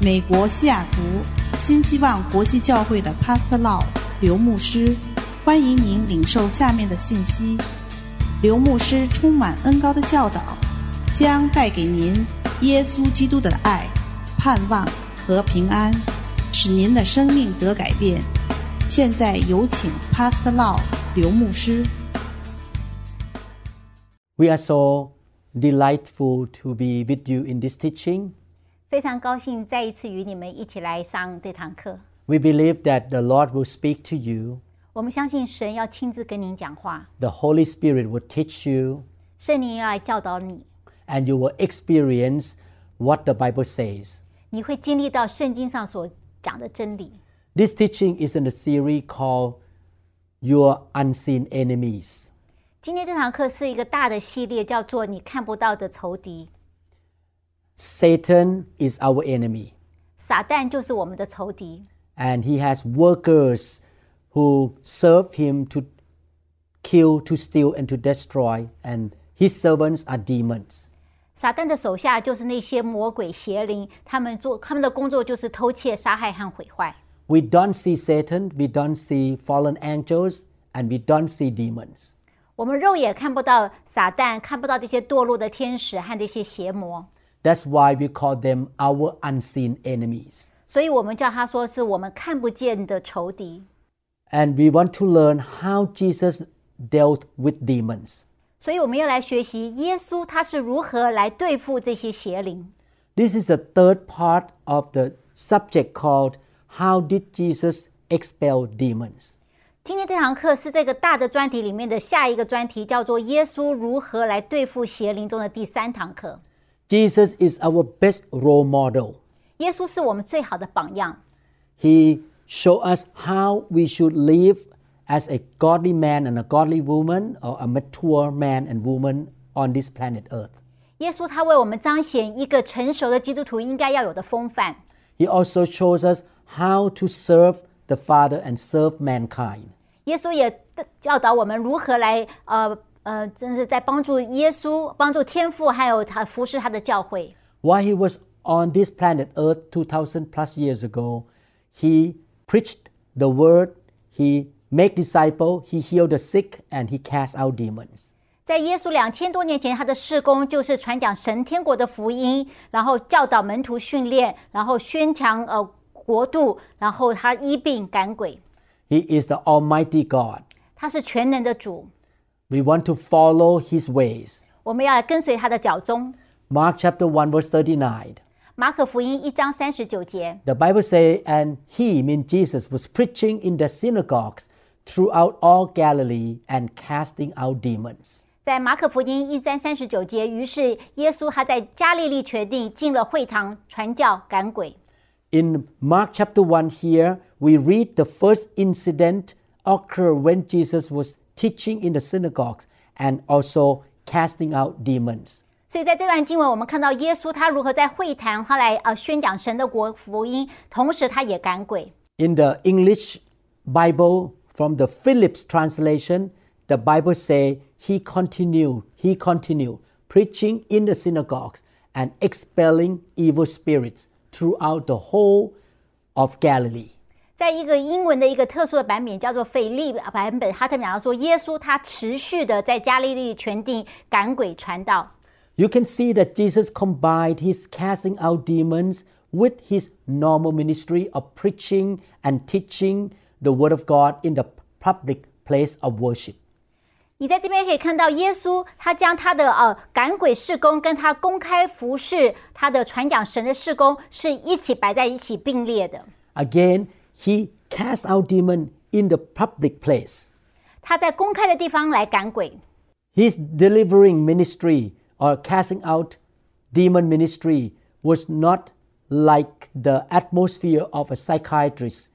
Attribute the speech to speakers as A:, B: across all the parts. A: 美国西雅图新希望国际教会的 Pastor Law 刘牧师，欢迎您领受下面的信息。刘牧师充满恩高的教导，将带给您耶稣基督的爱、盼望和平安，使您的生命得改变。现在有请 Pastor Law 刘牧师。
B: We are so delightful to be with you in this teaching.
C: 非常高兴再一次与你们一起来上这堂课。
B: We believe that the Lord will speak to you,
C: 我们相信神要亲自跟您讲话，
B: the Holy Spirit will teach you,
C: 圣灵要来教导你，
B: and you will experience what the Bible says.
C: 你会经历到圣经上所讲的真理。
B: This teaching is in a series called Your Unseen Enemies.
C: 今天这堂课是一个大的系列，叫做“你看不到的仇敌
B: Satan is our enemy, ”。
C: 撒旦就是我们的仇敌，
B: and he has workers who serve him to kill, to steal, and to destroy, and his servants are demons.
C: 撒旦的手下就是那些魔鬼邪灵，他们做他们的工作就是偷窃、杀害和毁坏。
B: We don't see Satan, we don't see fallen angels, and we don't see demons.
C: 我们肉眼看不到撒旦，看不到这些堕落的天使和这些邪魔，
B: That's why we call them our unseen enemies.
C: 所以我们叫他说是我们看不见的仇敌。
B: And we want to learn how Jesus dealt with demons.
C: 所以我们要来学习耶稣他是如何来对付这些邪灵。
B: This is the third part of the subject called How Did Jesus Expel Demons?
C: 今天这堂课是这个大的专题里面的下一个专题，叫做“耶稣如何来对付邪灵”中的第三堂课。
B: Jesus is our best role model.
C: 耶稣是我们最好的榜样，
B: He showed us how we should live as a godly man and a godly woman or a mature man and woman on this planet earth.
C: 耶稣他为我们彰显一个成熟的基督徒应该要有的风范。
B: He also shows us how to serve the Father and serve mankind.
C: 耶稣也教导我们如何来呃呃，真是在帮助耶稣、帮助天父，还有他服侍他的教会。
B: While he was on this planet Earth 2000 plus years ago, he preached the word, he made disciples, he healed the sick, and he cast out demons.
C: 在耶稣两千多年前，他的事工就是传讲神天国的福音，然后教导门徒训练，然后宣强呃国度，然后他医病赶鬼，
B: He is the Almighty God.
C: 他是全能的主，
B: We want to follow his ways.
C: 我们要来跟随他的脚踪。
B: Mark chapter 1, verse 39.
C: 马可福音一章三十九节，
B: The Bible says, and he, mean Jesus, was preaching in the synagogues throughout all Galilee and casting out demons.
C: 在马可福音一章三十九节，于是耶稣他在加利利全地进了会堂传教赶鬼。
B: In Mark chapter 1 here, we read the first incident occur when Jesus was teaching in the synagogues and also casting out demons.
C: 所以在这段经文，我们看到耶稣他如何在会堂，他来呃宣讲神的国福音，同时他也赶鬼。
B: In the English Bible from the Phillips translation, the Bible say he continued, he continued preaching in the synagogues and expelling evil spirits throughout the whole of Galilee.
C: 在一个英文的一个特殊的版本叫做腓力版本，他这边讲到说，耶稣他持续的在加利利全地赶鬼传道。
B: You can see that Jesus combined his casting out demons with his normal ministry of preaching and teaching the Word of God in the public place of worship.
C: 你在这边可以看到，耶稣他将他的呃赶鬼事工跟他公开服侍他的传讲神的事工是一起摆在一起并列的。
B: Again, he cast out demons in the public place.
C: 他在公开的地方来赶鬼，
B: His delivering ministry or casting out demon ministry was not like the atmosphere of a psychiatrist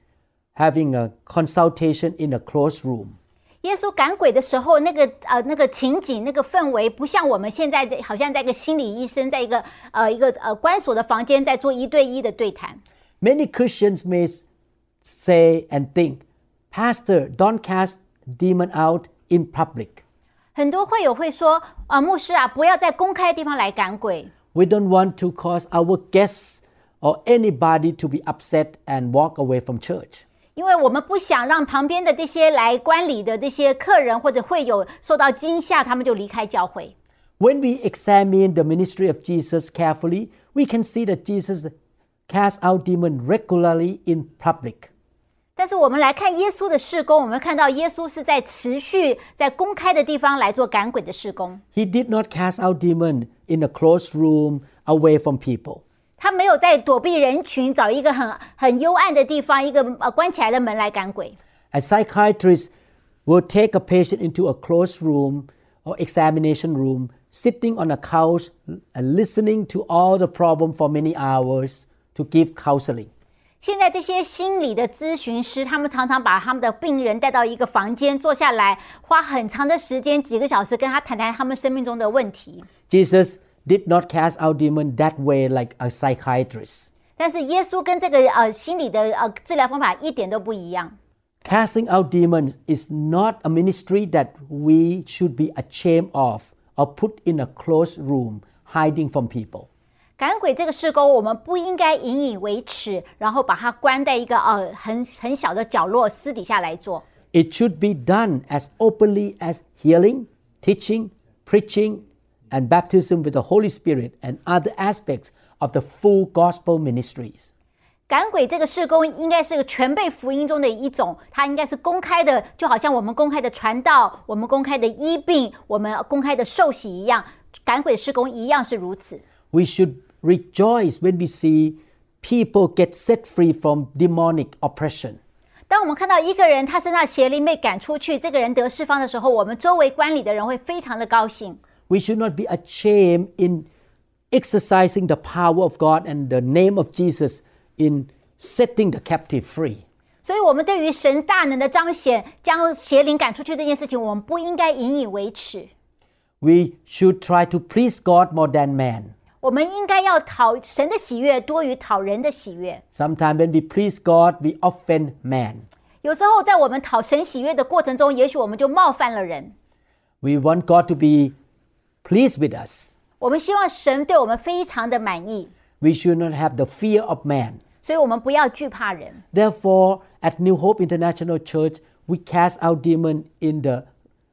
B: having a consultation in a closed room.
C: 耶稣赶鬼的时候，那个呃那个情景、那个氛围，不像我们现在的，好像在一个心理医生，在一个呃一个呃关锁的房间，在做一对一的对谈。
B: Many Christians may s- say and think, Pastor, don't cast demon out in public.
C: 很多会友会说，啊、牧师啊，不要在公开的地方来赶鬼，
B: We don't want to cause our guests or anybody to be upset and walk away from church.
C: 因为我们不想让旁边的这些来观礼的这些客人或者会友受到惊吓，他们就离开教会。
B: When we examine the ministry of Jesus carefully, we can see that Jesus cast out demons regularly in public.
C: 但是我们来看耶稣的事工，我们看到耶稣是在持续在公开的地方来做赶鬼的事工，
B: He did not cast out demons in a closed room away from people.
C: 他没有在躲避人群，找一个很很幽暗的地方，一个呃关起来的门来赶鬼。
B: A psychiatrist will take a patient into a closed room or examination room, sitting on a couch and listening to all the problem for many hours to give counseling.
C: 现在这些心理的咨询师，他们常常把他们的病人带到一个房间坐下来，花很长的时间，几个小时，跟他谈谈他们生命中的问题。
B: Jesus did not cast out demons that way like a psychiatrist.
C: 但是耶稣跟这个呃心理的呃治疗方法一点都不一样。
B: Casting out demons is not a ministry that we should be ashamed of or put in a closed room hiding from people.
C: 赶鬼这个事工，我们不应该引以为耻，然后把它关在一个呃很很小的角落，私底下来做。
B: It should be done as openly as healing, teaching, preaching, and baptism with the Holy Spirit and other aspects of the full gospel ministries.
C: 赶鬼这个事工应该是全被福音中的一种，它应该是公开的，就好像我们公开的传道、我们公开的医病、我们公开的受洗一样，赶鬼事工一样是如此。
B: We should rejoice when we see people get set free from demonic oppression.
C: 当我们看到一个人他身上邪灵被赶出去，这个人得释放的时候，我们周围观礼的人会非常的高兴。
B: We should not be ashamed in exercising the power of God and the name of Jesus in setting the captive free.
C: 所以，我们对于神大能的彰显，将邪灵赶出去这件事情，我们不应该引以为耻。
B: We should try to please God more than man.
C: 我们应该要讨神的喜悦多于讨人的喜悦。
B: Sometimes when we please God, we offend man.
C: 有时候，在我们讨神喜悦的过程中，也许我们就冒犯了人。
B: We want God to be pleased with us.
C: 我们希望神对我们非常的满意，
B: We should not have the fear of man.
C: 所以我们不要惧怕人。
B: Therefore, at New Hope International Church, we cast out demons in the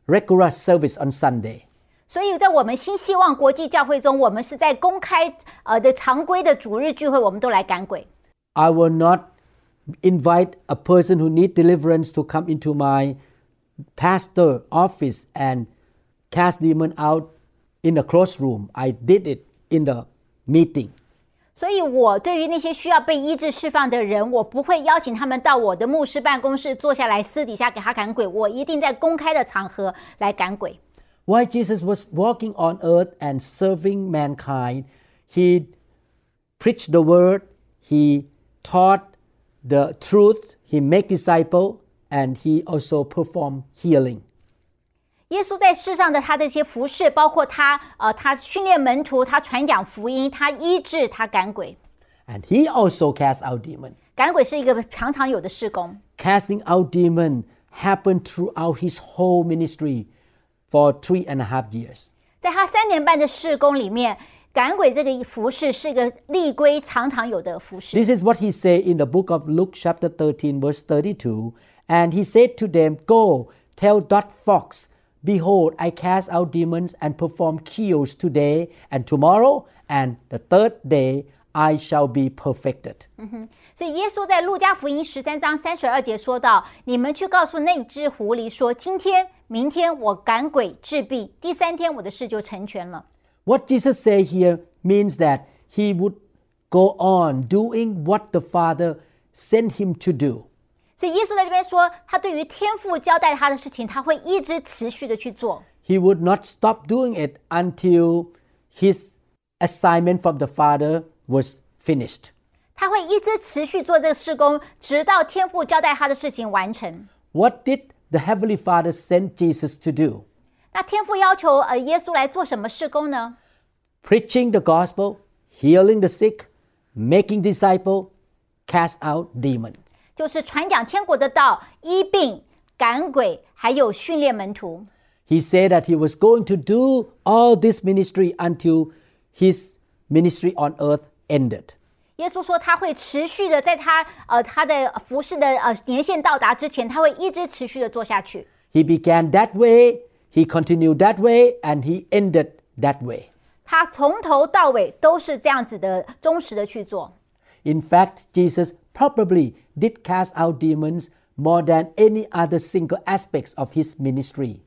B: regular service on Sunday.
C: 所以在我们新希望国际教会中，我们是在公开呃的常规的主日聚会，我们都来赶鬼。
B: I will not invite a person who needs deliverance to come into my pastor office and cast demon out in a closed room. I did it in the meeting.
C: 所以，我对于那些需要被医治释放的人，我不会邀请他们到我的牧师办公室坐下来，私底下给他赶鬼。我一定在公开的场合来赶鬼。
B: While Jesus was walking on earth and serving mankind, he preached the word, he taught the truth, he made disciples, and he also performed healing.
C: 耶稣在世上的他这些服饰，包括他呃，他训练门徒，他传讲福音，他医治，他赶鬼。
B: And he also cast out demons.
C: 赶鬼是一个常常有的事工。
B: Casting out demons happened throughout his whole ministry for three and a half years.
C: 在他三年半的事工里面，赶鬼这个服饰是一个立规常常有的服饰。
B: This is what he said in the book of Luke, chapter 13, verse 32. And he said to them, Go, tell that fox, Behold, I cast out demons and perform cures today and tomorrow, and the third day I shall be perfected.
C: 所以耶稣在路加福音十三章三十二节说到：“你们去告诉那只狐狸说，今天、明天我赶鬼治病，第三天我的事就成全了。”
B: What Jesus said here means that he would go on doing what the Father sent him to do.
C: 所以耶稣在这边说，他对于天父交代他的事情，他会一直持续的去做。
B: he would not stop doing it until his assignment from the Father was finished.
C: 他会一直持续做这个事工，直到天父交代他的事情完成。
B: What did the Heavenly Father send Jesus to do?
C: 那天父要求呃耶稣来做什么事工呢？
B: Preaching the gospel, healing the sick, making disciples, cast out demons.
C: 就是传讲天国的道、医病、赶鬼，还有训练门徒。
B: He said that he was going to do all this ministry until his ministry on earth ended.
C: 耶稣说他会持续的在他呃他的服饰的呃年限到达之前，他会一直持续的做下去。
B: He began that way, he continued that way, and he ended that way.
C: 他从头到尾都是这样子的忠实的去做。
B: In fact, Jesus probably did cast out demons more than any other single aspects of his ministry.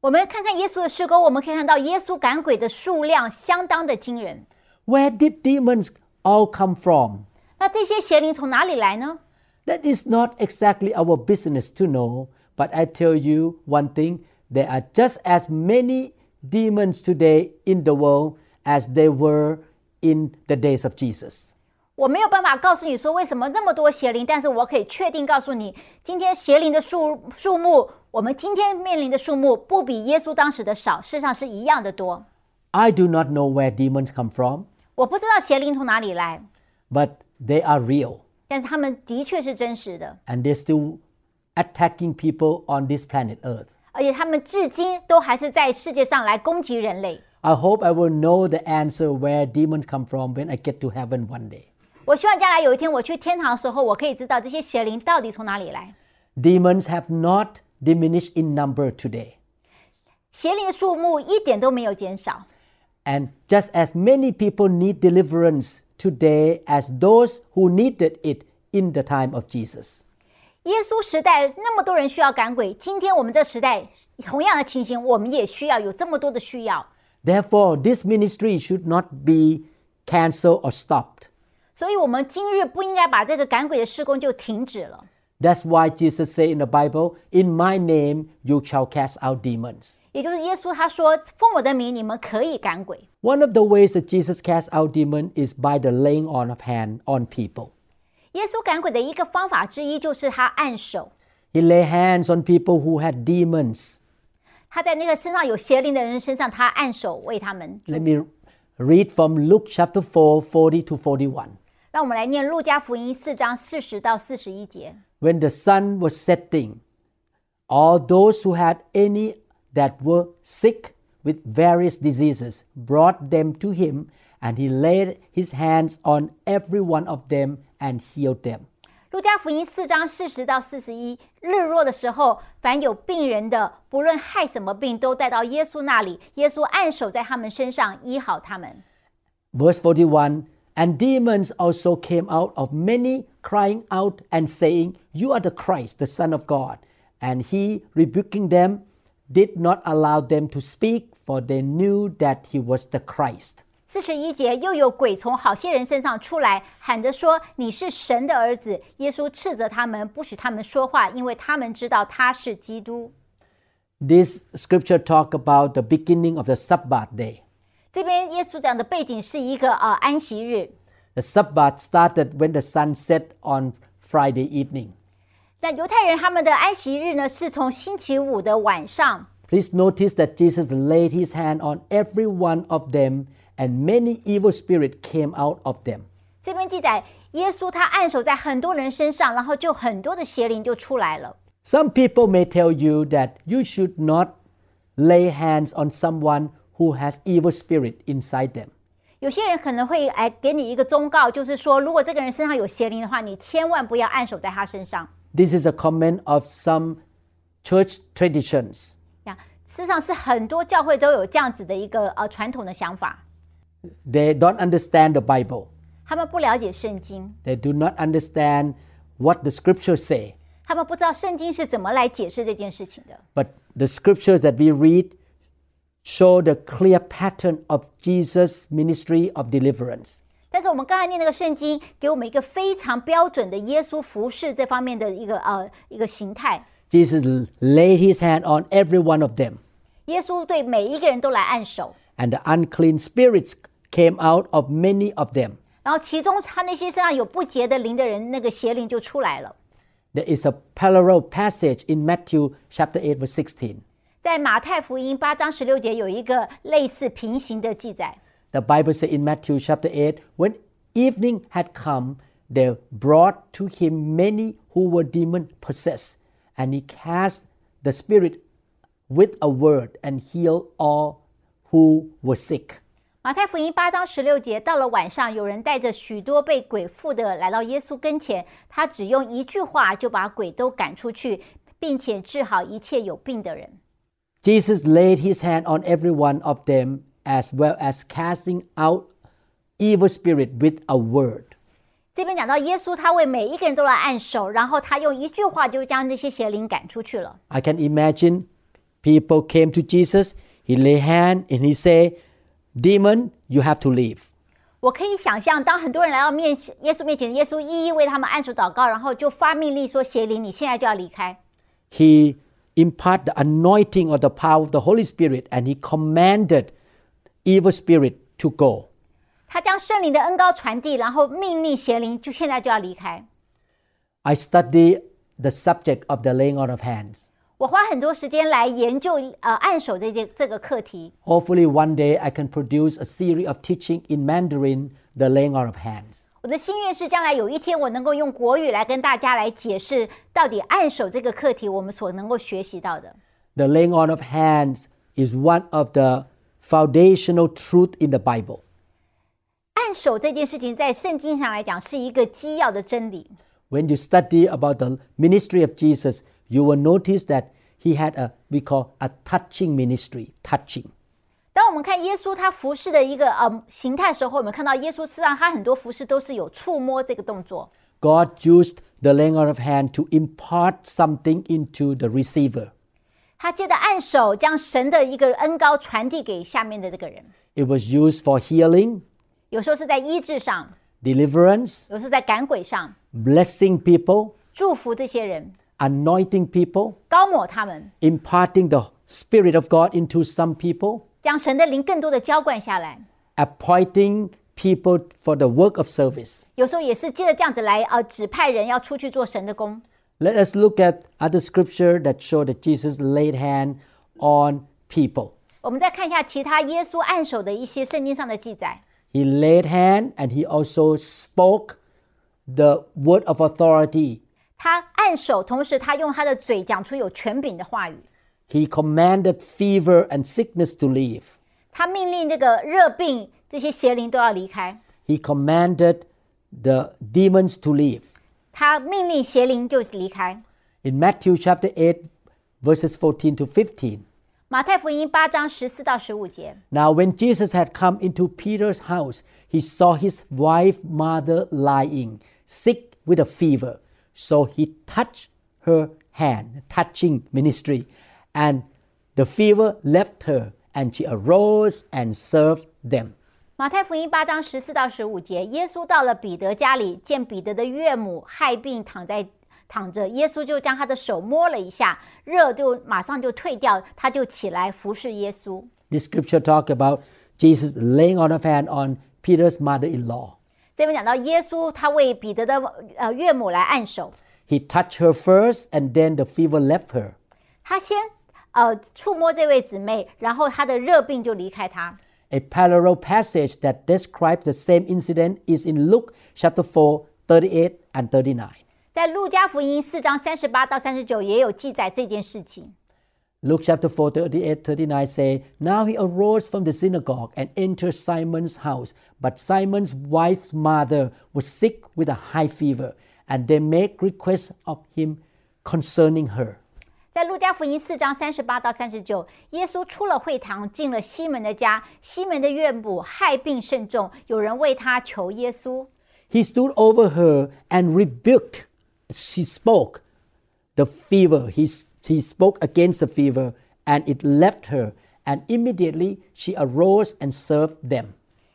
C: 我们看看耶稣的施工，我们可以看到耶稣赶鬼的数量相当的惊人。
B: Where did demons all come from?
C: 那这些邪灵从哪里来呢？
B: That is not exactly our business to know, but I tell you one thing there are just as many demons today in the world as there were in the days of Jesus.
C: 我没有办法告诉你说为什么那么多邪灵，但是我可以确定告诉你，今天邪灵的数数目，我们今天面临的数目不比耶稣当时的少，事实上是一样的多。
B: I do not know where demons come from,
C: 我不知道邪灵从哪里来，
B: but they are real
C: 但是他们的确是真实的，
B: and they're still attacking people on this planet Earth.
C: 而且他们至今都还是在世界上来攻击人类。
B: I hope I will know the answer where demons come from when I get to heaven one day.
C: 我希望将来有一天我去天堂的时候，我可以知道这些邪灵到底从哪里来。
B: Demons have not diminished in number today.
C: 邪灵的数目一点都没有减少，
B: And just as many people need deliverance today as those who needed it in the time of Jesus.
C: 耶稣时代那么多人需要赶鬼，今天我们这时代同样的情形，我们也需要有这么多的需要。
B: Therefore, this ministry should not be cancelled or stopped.
C: 所以，我们今日不应该把这个赶鬼的施工就停止了。
B: That's why Jesus said in the Bible, In my name you shall cast out demons.
C: 也就是耶稣他说：“奉我的名，你们可以赶鬼。
B: One of the ways that Jesus cast out demons is by the laying on of hand on people. ”
C: 耶稣赶鬼的一个方法之一就是他按手，
B: He laid hands on people who had demons.
C: 他在那个身上有邪灵的人身上，他按手为他们。
B: Let me read from Luke chapter 4, 40 to 41.
C: 让我们来念路加福音四章四十到四十一节。
B: when the sun was setting, all those who had any that were sick with various diseases brought them to him, and he laid his hands on every one of them and healed them.
C: 路加福音四章四十到四十一，日落的时候，凡有病人的，不论害什么病，都带到耶稣那里，耶稣按手在他们身上医好他们。
B: Verse 41 And demons also came out of many, crying out and saying, You are the Christ, the Son of God. And he, rebuking them, did not allow them to speak, for they knew that he was the Christ.
C: 四十一节又有鬼从好些人身上出来，喊着说：“你是神的儿子。”耶稣斥责他们，不许他们说话，因为他们知道他是基督。
B: This scripture talk about the beginning of the Sabbath day.
C: 这边耶稣讲的背景是一个呃安息日，
B: The Sabbath started when the sun set on Friday evening.
C: 那犹太人他们的安息日呢，是从星期五的晚上
B: Please notice that Jesus laid his hand on every one of them and many evil spirits came out of them.
C: 这边记载，耶稣他按手在很多人身上，然后就很多的邪灵就出来了。
B: Some people may tell you that you should not lay hands on someone who has evil spirit inside them.
C: 有些人可能会哎给你一个忠告，就是说，如果这个人身上有邪灵的话，你千万不要按手在他身上。
B: This is a comment of some church traditions.
C: 呀，事实上是很多教会都有这样子的一个呃传统的想法，
B: They don't understand the Bible.
C: 他们不了解圣经，
B: They do not understand what the scriptures say.
C: 他们不知道圣经是怎么来解释这件事情的。
B: But the scriptures that we read show the clear pattern of Jesus' ministry of deliverance.
C: 但是我们刚才念那个圣经，给我们一个非常标准的耶稣服饰这方面的一个呃一个形态。
B: Jesus laid his hand on every one of them,
C: 耶稣对每一个人都来按手，
B: and the unclean spirits came out of many of them.
C: 然后其中他那些身上有不洁的灵的人，那个邪灵就出来了。
B: There is a parallel passage in Matthew chapter 8 verse 16.
C: 在马太福音八章十六节有一个类似平行的记载，
B: The Bible says in Matthew chapter 8, when evening had come, they brought to him many who were demon possessed, and he cast the spirit with a word and healed all who were sick.
C: 马太福音八章十六节，到了晚上，有人带着许多被鬼附的来到耶稣跟前，他只用一句话就把鬼都赶出去，并且治好一切有病的人。
B: Jesus laid his hand on every one of them as well as casting out evil spirit with a word.
C: 这边讲到耶稣，他为每一个人都来按手，然后他用一句话就将那些邪灵赶出去了。
B: I can imagine people came to Jesus, he lay hand and he say, "Demon, you have to leave."
C: 我可以想象，当很多人来到面前耶稣面前，耶稣一一为他们按手祷告，然后就发命令说：“邪灵，你现在就要离开。
B: He impart the anointing or the power of the Holy Spirit and he commanded evil spirit to go. ”
C: 他将圣灵的恩高传递，然后命令邪灵就现在就要离开。
B: I study the subject of the laying on of hands.
C: 我花很多时间来研究呃按手这件这个课题，
B: Hopefully, one day I can produce a series of teaching in Mandarin, the laying on of hands.
C: 我的心愿是，将来有一天我能够用国语来跟大家来解释，到底按手这个课题我们所能够学习到的。
B: The laying on of hands is one of the foundational truth in the Bible.
C: 按手这件事情，在圣经上来讲是一个基要的真理。
B: When you study about the ministry of Jesus, you will notice that he had a we call a touching ministry, touching.
C: 当我们看耶稣他服饰的一个呃形态的时候，我们看到耶稣实际上他很多服饰都是有触摸这个动作。
B: God used the laying on of hand to impart something into the receiver.
C: 他借着按手，将神的一个恩高传递给下面的这个人。
B: It was used for healing,
C: 有时候是在医治上，
B: deliverance,
C: 有时候在赶鬼上，
B: blessing people,
C: 祝福这些人，
B: anointing people,
C: 高抹他们，
B: imparting the Spirit of God into some people,
C: 将神的灵更多的浇灌下来。
B: appointing people for the work of service.
C: 有时候也是接着这样子来，呃，指派人要出去做神的工。
B: Let us look at other scripture that show that Jesus laid hand on people.
C: 我们再看一下其他耶稣按手的一些圣经上的记载。
B: He laid hand and he also spoke the word of authority.
C: 他按手，同时他用他的嘴讲出有权柄的话语。
B: He commanded fever and sickness to leave.
C: 他命令这个热病、这些邪灵都要离开。
B: He commanded the demons to leave.
C: 他命令邪灵就离开。
B: In Matthew chapter 8, verses 14 to 15.
C: 马太福音八章十四到十五节，
B: Now, when Jesus had come into Peter's house, he saw his wife, mother, lying, sick with a fever. So he touched her hand, touching ministry, and the fever left her, and she arose and served them.
C: 马太福音八章十四到十五节，耶稣到了彼得家里，见彼得的岳母害病躺在躺着，耶稣就将他的手摸了一下，热就马上就退掉，他就起来服侍耶稣。
B: This scripture talk about Jesus laying on a hand on Peter's mother-in-law.
C: 这边讲到耶稣，他为彼得的呃岳母来按手，
B: He touched her first, and then the fever left her.
C: 他先呃触摸这位姊妹，然后他的热病就离开他。
B: A parallel passage that describes the same incident is in Luke chapter 4, 38 and 39.
C: 在路加福音四章三十八到三十九也有记载这件事情。
B: Luke chapter 4, 38, 39 say, Now he arose from the synagogue and entered Simon's house. But Simon's wife's mother was sick with a high fever, and they made request of him concerning her.
C: 在路加福音四章三十八到三十九，耶稣出了会堂，进了西门的家。西门的岳母害病甚重，有人为他求耶稣。
B: He stood over her and rebuked. She spoke the fever. He, he spoke against the fever, and it left her. And immediately she arose and served them.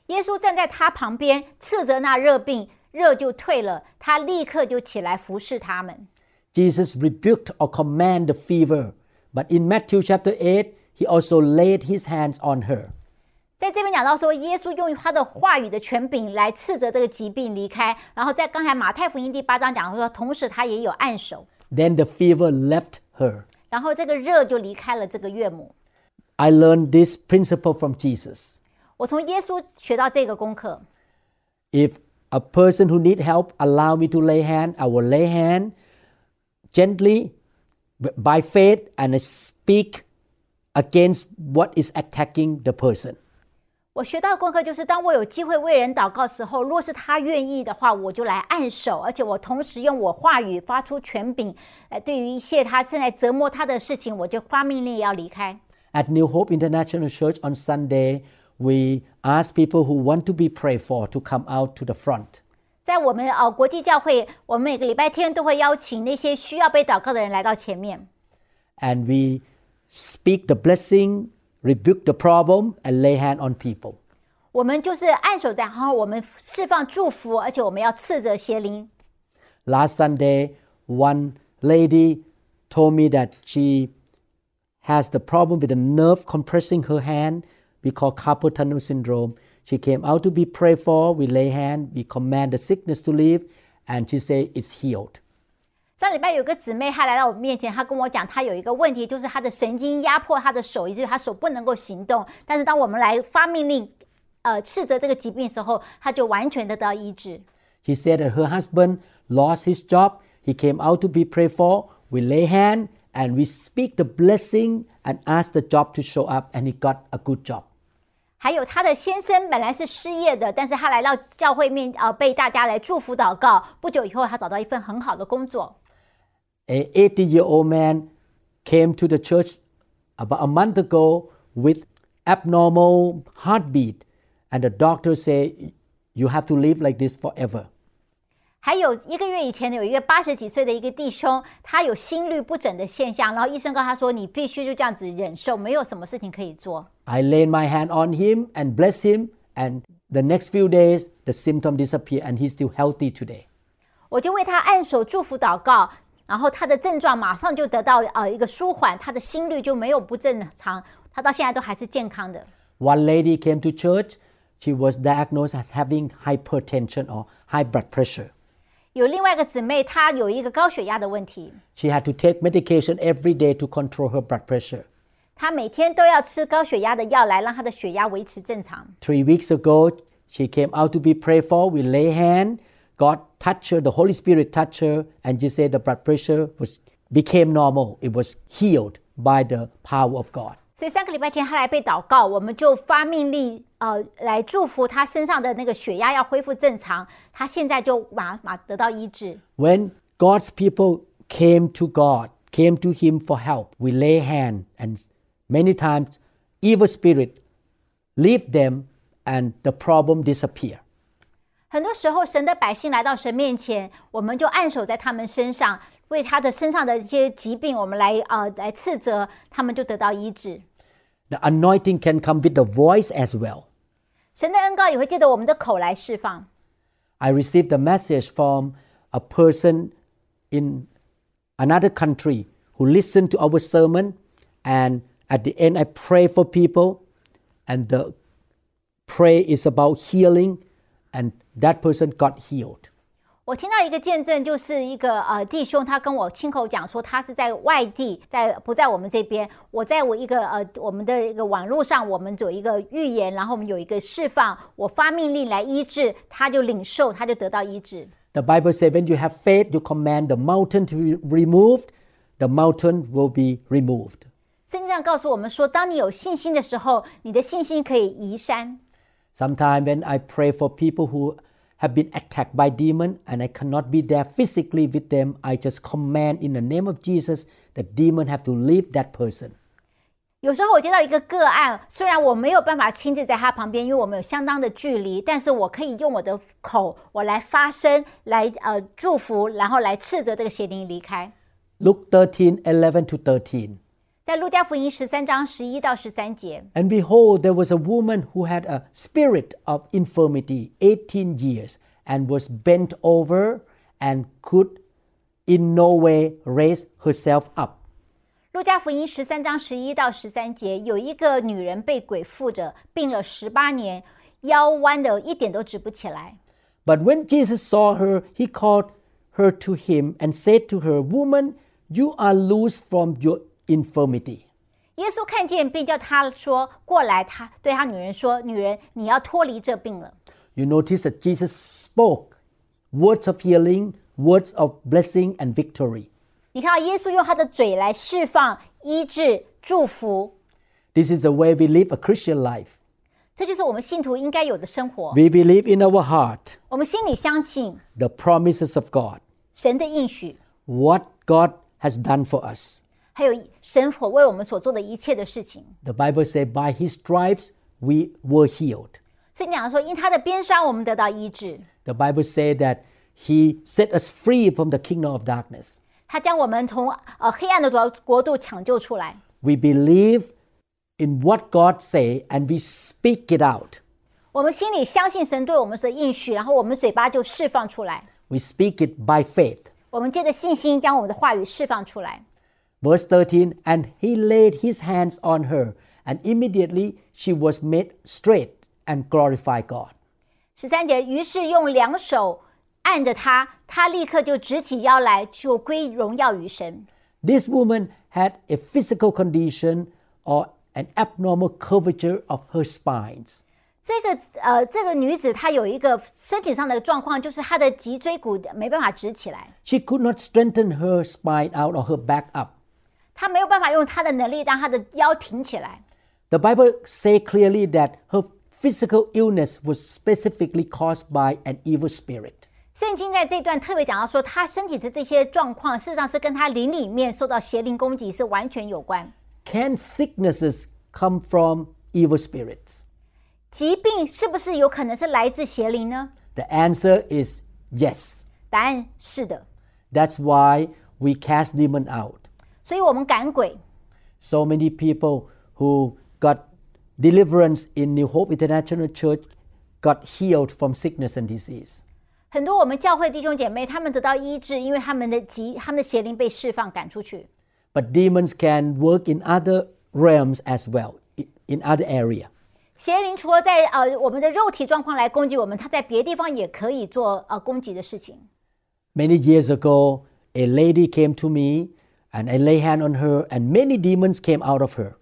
C: 耶稣站在他旁边，斥责那热病，热就退了，他立刻就起来服侍他们。
B: Jesus rebuked or commanded the fever. But in Matthew chapter 8, he also laid his hands on her.
C: 在这边讲到说，耶稣用他的话语的权柄来斥责这个疾病离开。然后在刚才马太福音第八章讲说，同时他也有按手，
B: Then the fever left her.
C: 然后这个热就离开了这个岳母。
B: I learned this principle from Jesus.
C: 我从耶稣学到这个功课。
B: If a person who need help allow me to lay hand, I will lay hand gently b- by faith and I speak against what is attacking the person.
C: 我我学到的功课就是，当我有机会为人祷告时候，若是他愿意的话，我就来按手，而且我同时用我话语发出权柄，呃，对于一切他现在折磨他的事情，我就发命令要离开。
B: At New Hope International Church on Sunday, we ask people who want to be prayed for to come out to the front.
C: 在我们呃国际教会，我们每个礼拜天都会邀请那些需要被祷告的人来到前面。
B: and we speak the blessing, rebuke the problem, and lay hand on people.
C: 我们就是按手，然后我们释放祝福，而且我们要斥责邪灵。
B: Last Sunday, one lady told me that she has the problem with the nerve compressing her hand. We call carpal tunnel syndrome. She came out to be prayed for. We lay hand. We command the sickness to leave, and she say it's healed.
C: 上礼拜有个姊妹，她来到我面前，她跟我讲，她有一个问题，就是她的神经压迫她的手，以至于她手不能够行动。但是当我们来发命令，呃，斥责这个疾病的时候，她就完全的得到医治。
B: She said that her husband lost his job. He came out to be prayed for. We lay hand and we speak the blessing and ask the job to show up, and he got a good job.
C: 还有她的先生本来是失业的，但是他来到教会面，呃，被大家来祝福祷告。不久以后，他找到一份很好的工作。
B: A 80 year old man came to the church about a month ago with abnormal heartbeat, and the doctor said, "You have to live like this forever."
C: 还有一个月以前呢，有一个八十几岁的一个弟兄，他有心律不整的现象，然后医生告诉他说：“你必须就这样子忍受，没有什么事情可以做。
B: I laid my hand on him and blessed him, and the next few days the symptom disappeared, and he's still healthy today. ”
C: 我就为他按手祝福祷告，然后他的症状马上就得到呃一个舒缓，他的心率就没有不正常，他到现在都还是健康的。
B: One lady came to church. She was diagnosed as having hypertension or high blood pressure.
C: 有另外一个姊妹，她有一个高血压的问题，
B: She had to take medication every day to control her blood pressure.
C: 她每天都要吃高血压的药来让她的血压维持正常。
B: Three weeks ago, she came out to be prayed for. We lay hand. God touched her. The Holy Spirit touched her, and she said the blood pressure was became normal. It was healed by the power of God.
C: 所以三个礼拜前他来被祷告，我们就发命令，呃，来祝福他身上的那个血压要恢复正常。他现在就马马得到医治。
B: When God's people came to God, came to Him for help, we lay hand, and many times evil spirit leave them, and the problem disappear.
C: 很多时候，神的百姓来到神面前，我们就按手在他们身上，为他的身上的一些疾病，我们来呃来斥责，他们就得到医治。
B: The anointing can come with the voice as well.
C: 神的恩膏也会借着我们的口来释放。
B: I received a message from a person in another country who listened to our sermon, and at the end, I pray for people, and the prayer is about healing, and that person got healed.
C: 我听到一个见证，就是一个呃弟兄，他跟我亲口讲说，他是在外地，在不在我们这边？我在我一个呃我们的一个网络上，我们有一个预言，然后我们有一个释放，我发命令来医治，他就领受，他就得到医治。
B: The Bible says, when you have faith, you command the mountain to be removed, the mountain will be removed.
C: 圣经上告诉我们说，当你有信心的时候，你的信心可以移山。
B: Sometimes when I pray for people who have been attacked by demon and I cannot be there physically with them, I just command in the name of Jesus the demon have to leave that person.
C: 有时候我接到一个个案，虽然我没有办法亲自在他旁边，因为我们有相当的距离，但是我可以用我的口，我来发声，来呃祝福，然后来斥责这个邪灵离开。
B: Luke 13, 11 to 13.
C: 在路加福音十三章十一到十三节，
B: And behold, there was a woman who had a spirit of infirmity 18 years and was bent over and could in no way raise herself up.
C: 路加福音十三章十一到十三节，有一个女人被鬼附着，病了十八年，腰弯的一点都直不起来。
B: But when Jesus saw her, he called her to him and said to her, Woman, you are loose from your infirmity.
C: 耶稣看见，并叫她说过来，他对他女人说：“女人，你要脱离这病了。”
B: You notice that Jesus spoke words of healing, words of blessing and victory.
C: 你看到耶稣用他的嘴来释放、医治、祝福，
B: This is the way we live a Christian life.
C: 这就是我们信徒应该有的生活。
B: We believe in our heart
C: 我们心里相信
B: the promises of God,
C: 神的应许，
B: what God has done for us.
C: 还有神所为我们所做的一切的事情。
B: The Bible says, by his stripes we were healed.
C: 圣经讲说，因他的鞭伤，我们得到医治。
B: The Bible says that he set us free from the kingdom of darkness.
C: 他将我们从呃黑暗的国国度抢救出来。
B: We believe in what God say and we speak it out.
C: 我们心里相信神对我们的应许，然后我们嘴巴就释放出来。
B: We speak it by faith.
C: 我们借着信心将我们的话语释放出来。
B: Verse 13 And he laid his hands on her, and immediately she was made straight and glorified God.
C: 十三节，于是用两手按着他，他立刻就直起腰来，就归荣耀于神。
B: This woman had a physical condition or an abnormal curvature of her spines.
C: 这个呃，这个女子她有一个身体上的状况，就是她的脊椎骨没办法直起来，
B: She could not strengthen her spine out or her back up.
C: 她没有办法用她的能力让她的腰挺起来。
B: The Bible say clearly that her physical illness was specifically caused by an evil spirit.
C: 圣经在这一段特别讲到说，她身体的这些状况，事实上是跟她灵里面受到邪灵攻击是完全有关。
B: Can sicknesses come from evil spirits?
C: 疾病是不是有可能是来自邪灵呢？
B: The answer is yes.
C: 答案是的，
B: That's why we cast demon out.
C: 所以我们赶鬼。
B: So many people who got deliverance in New Hope International Church got healed from sickness and disease.
C: 很多我们教会弟兄姐妹，他们得到医治，因为他们的疾，他们的邪灵被释放赶出去。
B: But demons can work in other realms as well, i- in other area.
C: 邪灵除了在呃我们的肉体状况来攻击我们，它在别地方也可以做呃攻击的事情。
B: Many years ago, a lady came to me and I lay hand on her and many demons came out of her.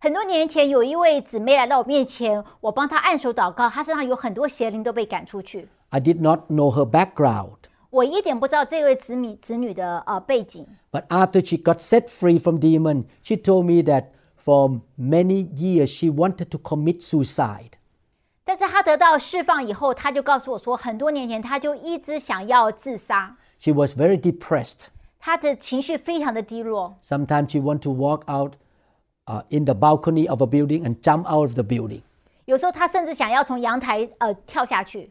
C: 很多年前，有一位姊妹来到我面前，我帮她按手祷告，她身上有很多邪灵都被赶出去。
B: I did not know her background,
C: 我一点不知道这位子女子女的呃背景，
B: but after she got set free from demon, she told me that for many years she wanted to commit suicide.
C: 但是她得到释放以后，她就告诉我说，很多年前她就一直想要自杀，
B: She was very depressed.
C: 她的情绪非常的低落，
B: Sometimes she want to walk out uh, in the balcony of a building and jump out of the building.
C: 有时候她甚至想要从阳台呃跳下去。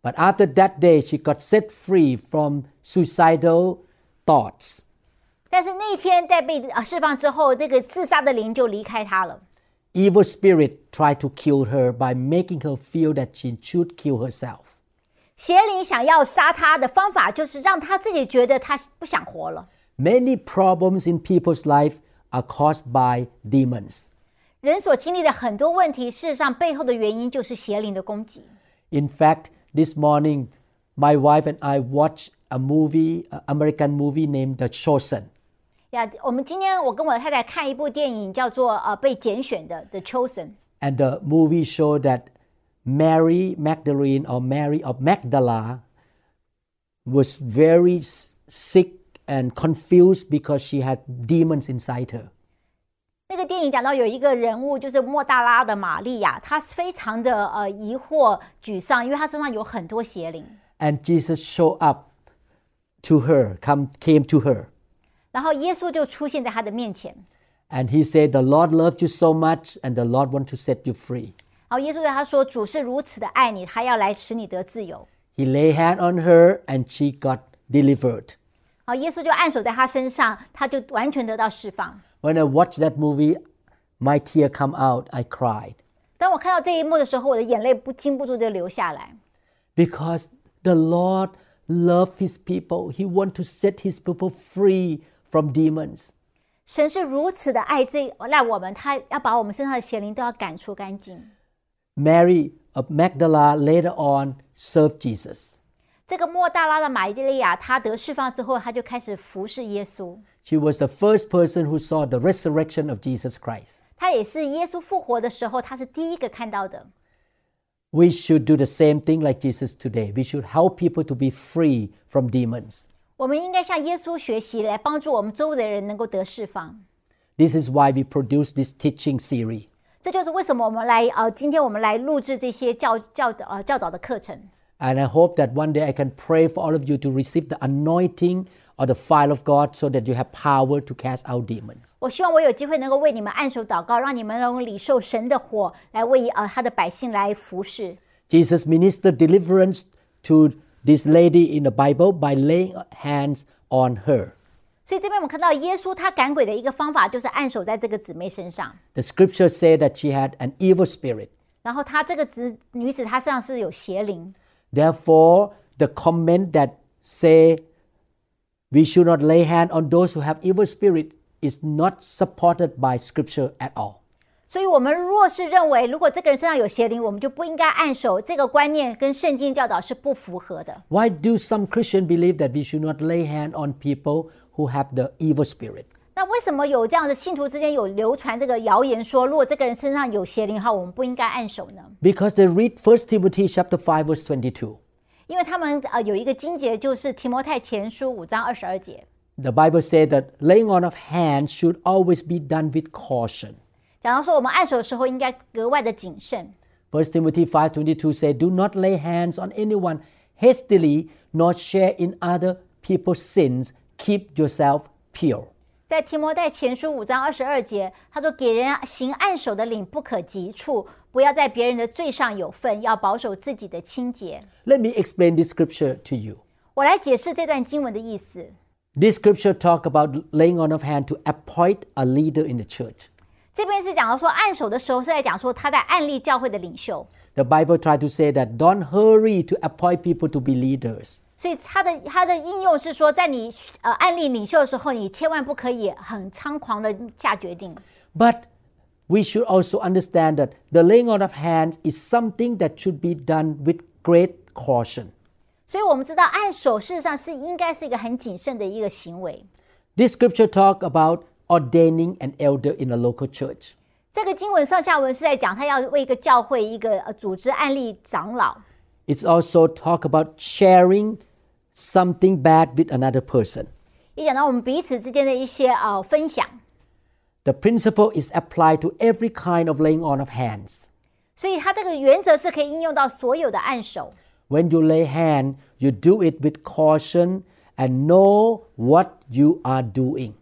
B: But after that day, she got set free from suicidal thoughts.
C: 但是那一天在被呃释放之后，那个自杀的灵就离开她了。
B: Evil spirit tried to kill her by making her feel that she should kill herself.
C: 邪灵想要杀她的方法，就是让她自己觉得她不想活了。
B: Many problems in people's life are caused by demons.
C: 人所经历的很多问题，事实上背后的原因就是邪灵的攻击。
B: In fact, this morning, my wife and I watched a movie, an American movie named The Chosen.
C: 呀，我们今天我跟我太太看一部电影，叫做呃被拣选的《The Chosen》。
B: And the movie showed that Mary Magdalene or Mary of Magdala was very s- sick and confused because she had demons inside her.
C: 那个电影讲到有一个人物就是莫大拉的玛利亚，她非常的呃疑惑、沮丧，因为她身上有很多邪灵。
B: And Jesus showed up to her, come, came to her.
C: 然后耶稣就出现在她的面前，
B: And he said, The Lord loved you so much, and the Lord wants to set you free.
C: 然后耶稣对她说：“主是如此的爱你，他要来使你得自由。
B: He lay hand on her and she got delivered. ”
C: 然后耶稣就按手在她身上，她就完全得到释放。
B: When I watched that movie, my tear come out, I cried.
C: 当我看到这一幕的时候，我的眼泪不禁不住就流下来。
B: because the Lord loved his people. He want to set his people free from demons.
C: 神是如此的爱这爱我们，他要把我们身上的邪灵都要赶出干净。
B: Mary of Magdala later on served Jesus.
C: 这个莫大拉的玛利亚，她得释放之后，她就开始服侍耶稣。
B: She was the first person who saw the resurrection of Jesus Christ.
C: 她也是耶稣复活的时候，她是第一个看到的。
B: We should do the same thing like Jesus today. We should help people to be free from demons.
C: 我们应该向耶稣学习，来帮助我们周围的人能够得释放。
B: This is why we produce this teaching series.
C: 这就是为什么我们来呃，今天我们来录制这些教教导呃教导的课程。
B: And I hope that one day I can pray for all of you to receive the anointing or the fire of God so that you have power to cast out demons.
C: 我希望我有机会能够为你们按手祷告，让你们能够领受神的火，来为呃他的百姓来服侍。
B: Jesus ministered deliverance to this lady in the Bible by laying hands on her.
C: 所以这边我们看到耶稣他赶鬼的一个方法，就是按手在这个姊妹身上。
B: The scripture said that she had an evil spirit.
C: 然后她这个子女子她身上是有邪灵，
B: Therefore, the comment that say we should not lay hand on those who have evil spirit is not supported by scripture at all.
C: 所以我们若是认为如果这个人身上有邪灵，我们就不应该按手，这个观念跟圣经教导是不符合的。
B: Why do some Christians believe that we should not lay hand on people who have the evil spirit?
C: 那为什么有这样的信徒之间有流传这个谣言说，如果这个人身上有邪灵的话，我们不应该按手呢？
B: Because they read 1 Timothy chapter 5 verse 22.
C: 因为他们呃有一个经节就是提摩太前书五章二十二节，
B: The Bible says that laying on of hands should always be done with caution.
C: 讲到说我们按手的时候应该格外的谨慎。
B: 1 Timothy 5:22 says, "Do not lay hands on anyone hastily, nor share in other people's sins. Keep yourself pure."
C: 在提摩太前书五章二十二节，他说：“给人行按手的领不可及处，不要在别人的罪上有份，要保守自己的清洁。
B: Let me explain this scripture to you. ”
C: 我来解释这段经文的意思。
B: This scripture talk about laying on of hand to appoint a leader in the church.
C: 这边是讲到说按手的时候是在讲说他在暗立教会的领袖，
B: The Bible try to say that don't hurry to appoint people to be leaders.
C: 所以他的他的应用是说，在你呃暗立领袖的时候，你千万不可以很猖狂的下决定。
B: But we should also understand that the laying on of hands is something that should be done with great caution.
C: 所以我们知道按手事实上是应该是一个很谨慎的一个行为。
B: This scripture talk about ordaining an elder in a local church.
C: 这个经文上下文是在讲他要为一个教会一个呃组织案例长老，
B: It's also talk about sharing something bad with another person.
C: 也讲到我们彼此之间的一些呃分享。
B: The principle is applied to every kind of laying on of hands.
C: 所以它这个原则是可以应用到所有的按手。
B: When you lay hand, you do it with caution and know what you are doing.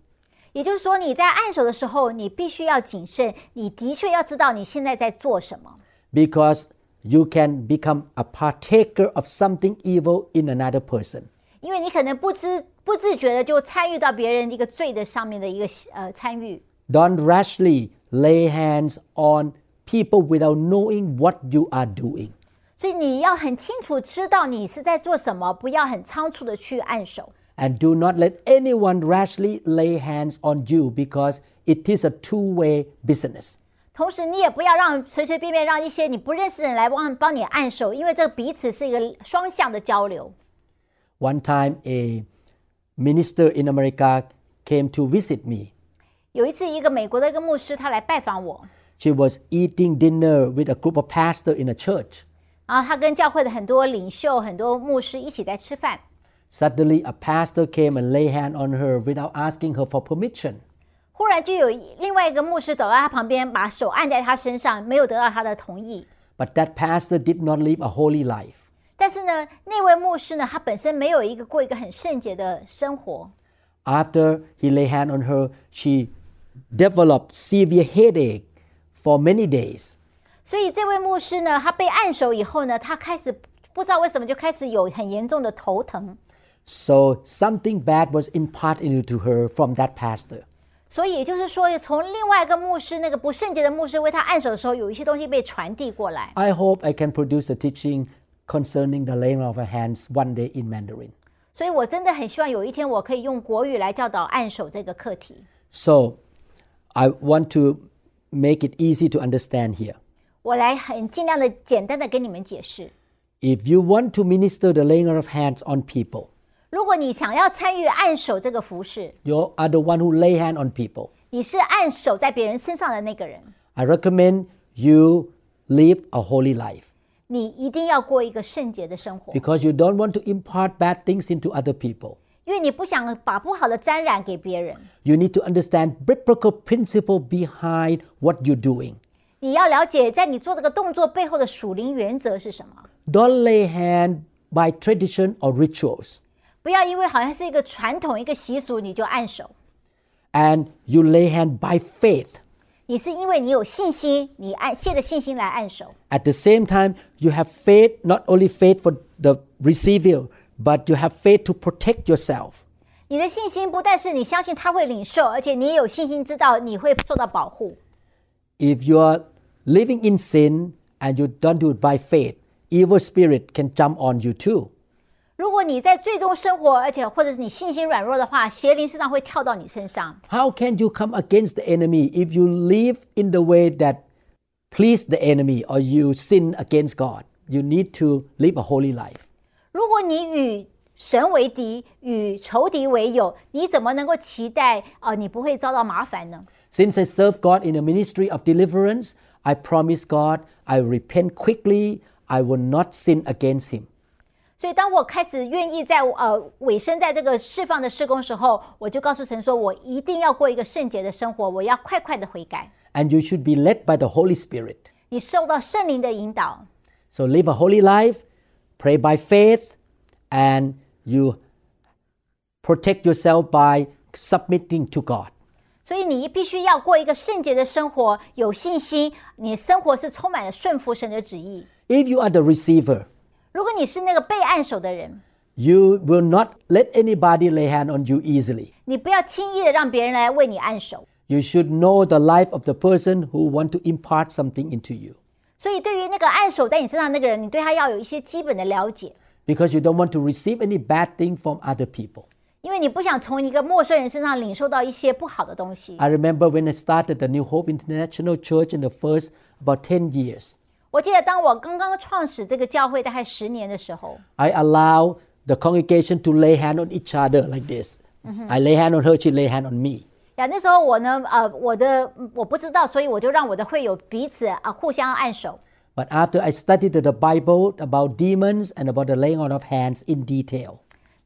C: 也就是说，你在按手的时候，你必须要谨慎，你的确要知道你现在在做什么，
B: because you can become a partaker of something evil in another person.
C: 因为你可能不知不自觉的就参与到别人一个罪的上面的一个呃参与。
B: Don't rashly lay hands on people without knowing what you are doing.
C: 所以你要很清楚知道你是在做什么，不要很仓促的去按手。
B: And do not let anyone rashly lay hands on you because it is a two way business.
C: 同时，你也不要让随随便便让一些你不认识的人来帮帮你按手，因为这彼此是一个双向的交流。
B: One time, a minister in America came to visit me.
C: 有一次，一个美国的一个牧师他来拜访我，
B: She was eating dinner with a group of pastors in a church.
C: 然后他跟教会的很多领袖、很多牧师一起在吃饭。
B: Suddenly, a pastor came and lay hand on her without asking her for permission.
C: 忽然就有一另外一个牧师走到他旁边，把手按在他身上，没有得到他的同意。
B: But that pastor did not live a holy life.
C: 但是呢，那位牧师呢，他本身没有一个过一个很圣洁的生活，
B: After he lay hand on her, she developed severe headache for many days.
C: 所以这位牧师呢，他被按手以后呢，他开始不知道为什么就开始有很严重的头疼。
B: So something bad was imparted to her from that pastor.
C: 所以也就是说，从另外一个牧师那个不圣洁的牧师为他按手的时候，有一些东西被传递过来。
B: I hope I can produce a teaching concerning the laying of hands one day in Mandarin.
C: 所以我真的很希望有一天我可以用国语来教导按手这个课题。
B: So I want to make it easy to understand here.
C: 我来很尽量的简单的跟你们解释。
B: If you want to minister the laying on of hands on people,
C: 如果你想要参与按手这个服饰，
B: you are the one who lay hand on people.
C: 你是按手在别人身上的那个人，
B: I recommend you live a holy life
C: 你一定要过一个圣洁的生活，
B: because you don't want to impart bad things into other people.
C: 因为你不想把不好的沾染给别人。
B: You need to understand biblical principle behind what you're doing.
C: 你要了解，在你做这个动作背后的属灵原则是什么。
B: Don't lay hand by tradition or rituals,
C: 不要因为好像是一个传统、一个习俗，你就按手。
B: and you lay hand by faith.
C: 你是因为你有信心，你按借着信心来按手。
B: At the same time, you have faith, not only faith for the receiver, but you have faith to protect yourself.
C: 你的信心不但是你相信他会领受，而且你也有信心知道你会受到保护。
B: If you are living in sin and you don't do it by faith, evil spirit can jump on you too.
C: 如果你在最终生活，而且或者是你信心软弱的话，邪灵事实上会跳到你身上。
B: How can you come against the enemy if you live in the way that please the enemy or you sin against God? You need to live a holy life.
C: 如果你与神为敌，与仇敌为友，你怎么能够期待呃你不会遭到麻烦呢？
B: Since I serve God in the ministry of deliverance, I promise God I repent quickly. I will not sin against him.
C: 所以，当我开始愿意在呃委身在这个释放的施工时候，我就告诉神说，我一定要过一个圣洁的生活，我要快快的悔改。
B: And you should be led by the Holy Spirit.
C: 你受到圣灵的引导，
B: So live a holy life, pray by faith, and you protect yourself by submitting to God.
C: 所以你必须要过一个圣洁的生活，有信心，你生活是充满了顺服神的旨意。
B: If you are the receiver,
C: 如果你是那个被按手的人，
B: you will not let anybody lay hand on you easily.
C: 你不要轻易的让别人来为你按手。
B: You should know the life of the person who want to impart something into you
C: 所以，对于那个按手在你身上那个人，你对他要有一些基本的了解，
B: because you don't want to receive any bad thing from other people.
C: 因为你不想从一个陌生人身上领受到一些不好的东西。
B: I remember when I started the New Hope International Church in the first about 10 years.
C: 我记得当我刚刚创始这个教会大概十年的时候，
B: I allow the congregation to lay hand on each other like this. I lay hand on her, she lay hand on me.
C: 呀，那时候我呢，呃，我的我不知道，所以我就让我的会友彼此啊、互相按手。
B: But after I studied the Bible about demons and about the laying on of hands in detail,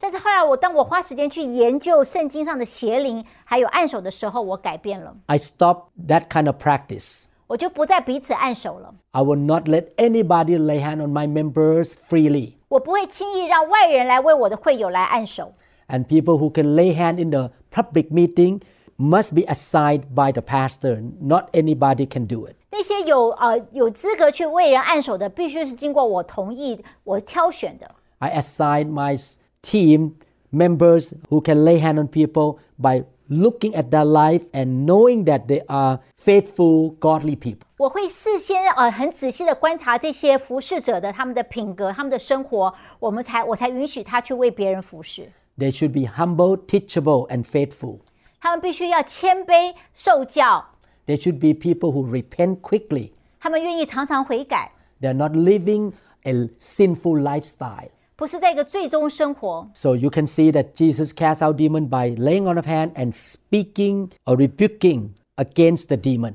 C: 但是后来我当我花时间去研究圣经上的邪灵还有按手的时候，我改变了，
B: I stopped that kind of practice.
C: 我就不再彼此按手了，
B: I will not let anybody lay hand on my members freely.
C: 我不会轻易让外人来为我的会友来按手。
B: And people who can lay hand in the public meeting must be assigned by the pastor. Not anybody can do it.
C: 那些有呃有资格去为人按手的，必须是经过我同意、我挑选的。
B: I assign my s- team members who can lay hand on people by looking at their life and knowing that they are faithful, godly people.
C: 我会事先呃很仔细的观察这些服侍者的他们的品格、他们的生活，我们才我才允许他去为别人服侍。
B: They should be humble, teachable, and faithful.
C: 他们必须要谦卑受教，
B: They should be people who repent quickly.
C: 他们愿意常常悔改，
B: They're not living a sinful lifestyle.
C: 不是在一个最终生活。
B: So you can see that Jesus cast out demon by laying on of hand and speaking or rebuking against the demon.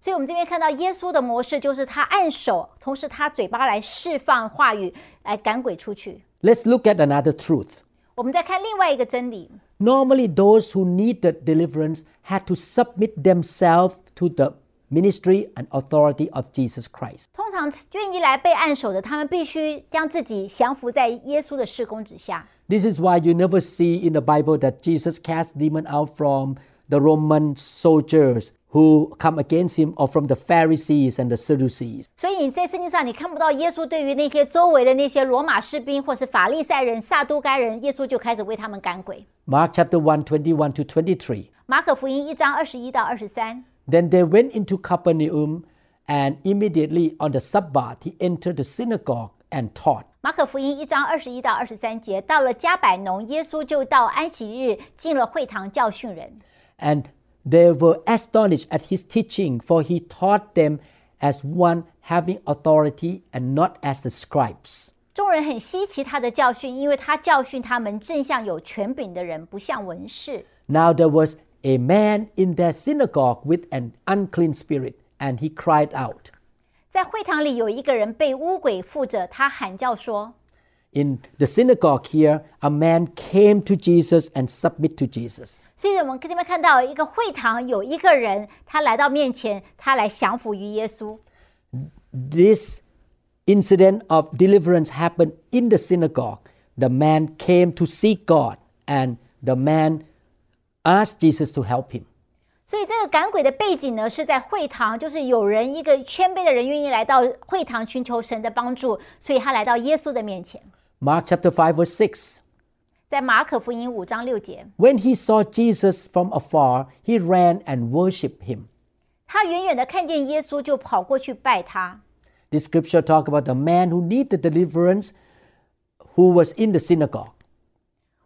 C: 所以，我们这边看到耶稣的模式就是他按手，同时他嘴巴来释放话语，来赶鬼出去。
B: Let's look at another truth.
C: 我们再看另外一个真理，
B: Normally, those who needed deliverance had to submit themselves to the ministry and authority of Jesus Christ.
C: 通常愿意来被按手的，他们必须将自己降服在耶稣的施工之下。
B: This is why you never see in the Bible that Jesus cast demon out from the Roman soldiers who come against him or from the Pharisees and the Sadducees.
C: 所以你在圣经上你看不到耶稣对于那些周围的那些罗马士兵或是法利赛人、撒都该人，耶稣就开始为他们赶鬼。
B: Mark chapter 1, 21 to 23.
C: 马可福音一章二十一到二十三。
B: Then they went into Capernaum, and immediately on the Sabbath he entered the synagogue and taught.
C: 马可福音一章二十一到二十三节，到了加百农，耶稣就到安息日进了会堂教训人。
B: And they were astonished at his teaching, for he taught them as one having authority and not as the scribes.
C: 众人很稀奇他的教训，因为他教训他们正像有权柄的人，不像文士。
B: Now there was a man in their synagogue with an unclean spirit, and he cried out,
C: 在会堂里有一个人被污鬼附着，他喊叫说：“
B: in the synagogue here, a man came to Jesus and submit to Jesus.
C: 所以我们这边看到一个会堂，有一个人他来到面前，他来降服于耶稣。
B: This incident of deliverance happened in the synagogue. The man came to seek God and the man asked Jesus to help him.
C: 所以这个赶鬼的背景呢，是在会堂，就是有人一个谦卑的人愿意来到会堂寻求神的帮助，所以他来到耶稣的面前。
B: Mark chapter 5 verse 6.
C: 在马可福音五章六节，
B: When he saw Jesus from afar, he ran and worshiped him.
C: 他远远的看见耶稣，就跑过去拜他。
B: This scripture talk about the man who needed deliverance who was in the synagogue.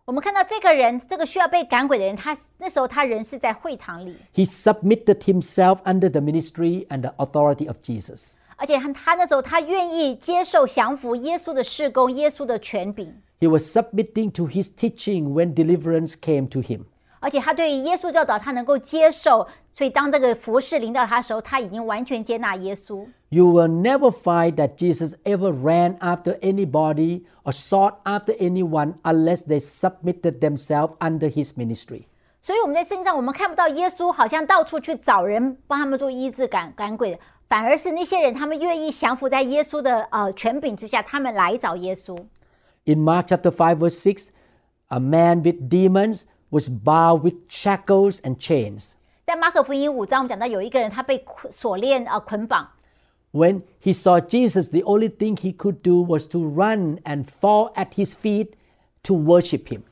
C: 我们看到这个人，这个需要被赶鬼的人，他那时候他人是在会堂里，
B: He submitted himself under the ministry and the authority of Jesus.
C: 而且他他那时候他愿意接受降服耶稣的事工，耶稣的权柄，
B: He was submitting to his teaching when deliverance came to him.
C: 而且他对于耶稣教导他能够接受，所以当这个服饰临到他的时候，他已经完全接纳耶稣。
B: You will never find that Jesus ever ran after anybody or sought after anyone unless they submitted themselves under his ministry.
C: 所以我们在圣经上我们看不到耶稣好像到处去找人帮他们做医治赶赶鬼的，反而是那些人他们愿意降服在耶稣的呃权柄之下，他们来找耶稣。
B: In Mark chapter 5, verse 6, a man with demons was bound with shackles and chains.
C: 在马可福音五章，我们讲到有一个人他被捆锁链啊、呃捆绑，
B: When he saw Jesus, the only thing he could do was to run and fall at his feet to worship him.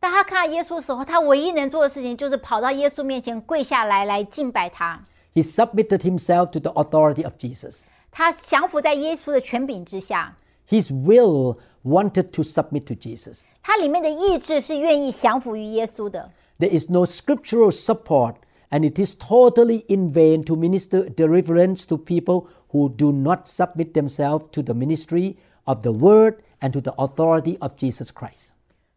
C: 当他看到耶稣的时候，他唯一能做的事情就是跑到耶稣面前跪下来来敬拜他。
B: He submitted himself to the authority of Jesus.
C: 他降服在耶稣的权柄之下，
B: His will wanted to submit to Jesus.
C: 他里面的意志是愿意降服于耶稣的。
B: There is no scriptural support, and it is totally in vain to minister deliverance to people who do not submit themselves to the ministry of the Word and to the authority of Jesus Christ.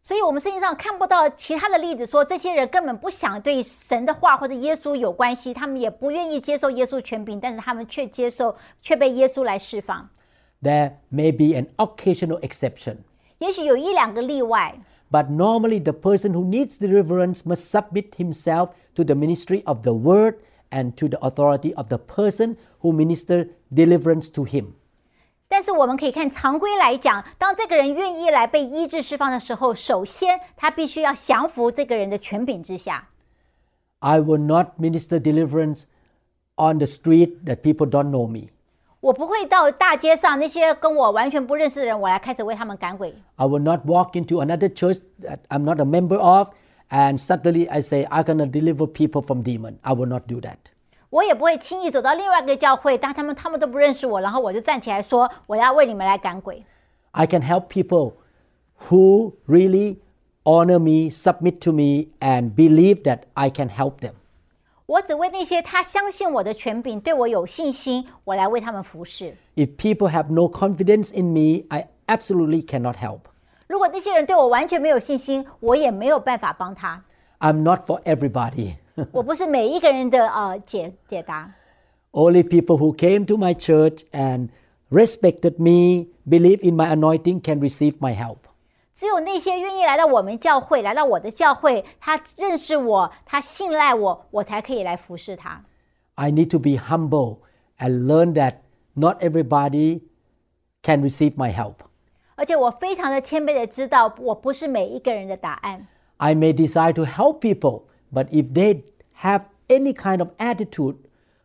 C: 所以，我们圣经上看不到其他的例子说，这些人根本不想对神的话或者耶稣有关系，他们也不愿意接受耶稣权柄，但是他们却接受，却被耶稣来释放。
B: There may be an occasional exception,
C: 也许有一两个例外，
B: but normally the person who needs deliverance must submit himself to the ministry of the Word and to the authority of the person who minister deliverance to him.
C: 但是我们可以看常规来讲，当这个人愿意来被医治释放的时候，首先他必须要降服这个人的权柄之下。
B: I will not minister deliverance on the street that people don't know me.
C: 我不会到大街上那些跟我完全不认识的人，我来开始为他们赶鬼。
B: I will not walk into another church that I'm not a member of and suddenly I say I'm going to deliver people from demon. I will not do that.
C: 我也不会轻易走到另外一个教会，当他们他们都不认识我，然后我就站起来说我要为你们来赶鬼。
B: I can help people who really honor me, submit to me and believe that I can help them.
C: 我只为那些他相信我的权柄，对我有信心，我来为他们服侍。
B: If people have no confidence in me, I absolutely cannot help.
C: 如果那些人对我完全没有信心，我也没有办法帮他。
B: I'm not for everybody.
C: 我不是每一个人的呃解解答。
B: Only people who came to my church and respected me, believe in my anointing, can receive my help.
C: 只有那些愿意来到我们教会，来到我的教会，他认识我，他信赖我，我才可以来服侍他。
B: I need to be humble and learn that not everybody can receive my help.
C: 而且我非常的谦卑的知道，我不是每一个人的答案。
B: I may desire to help people, but if they have any kind of attitude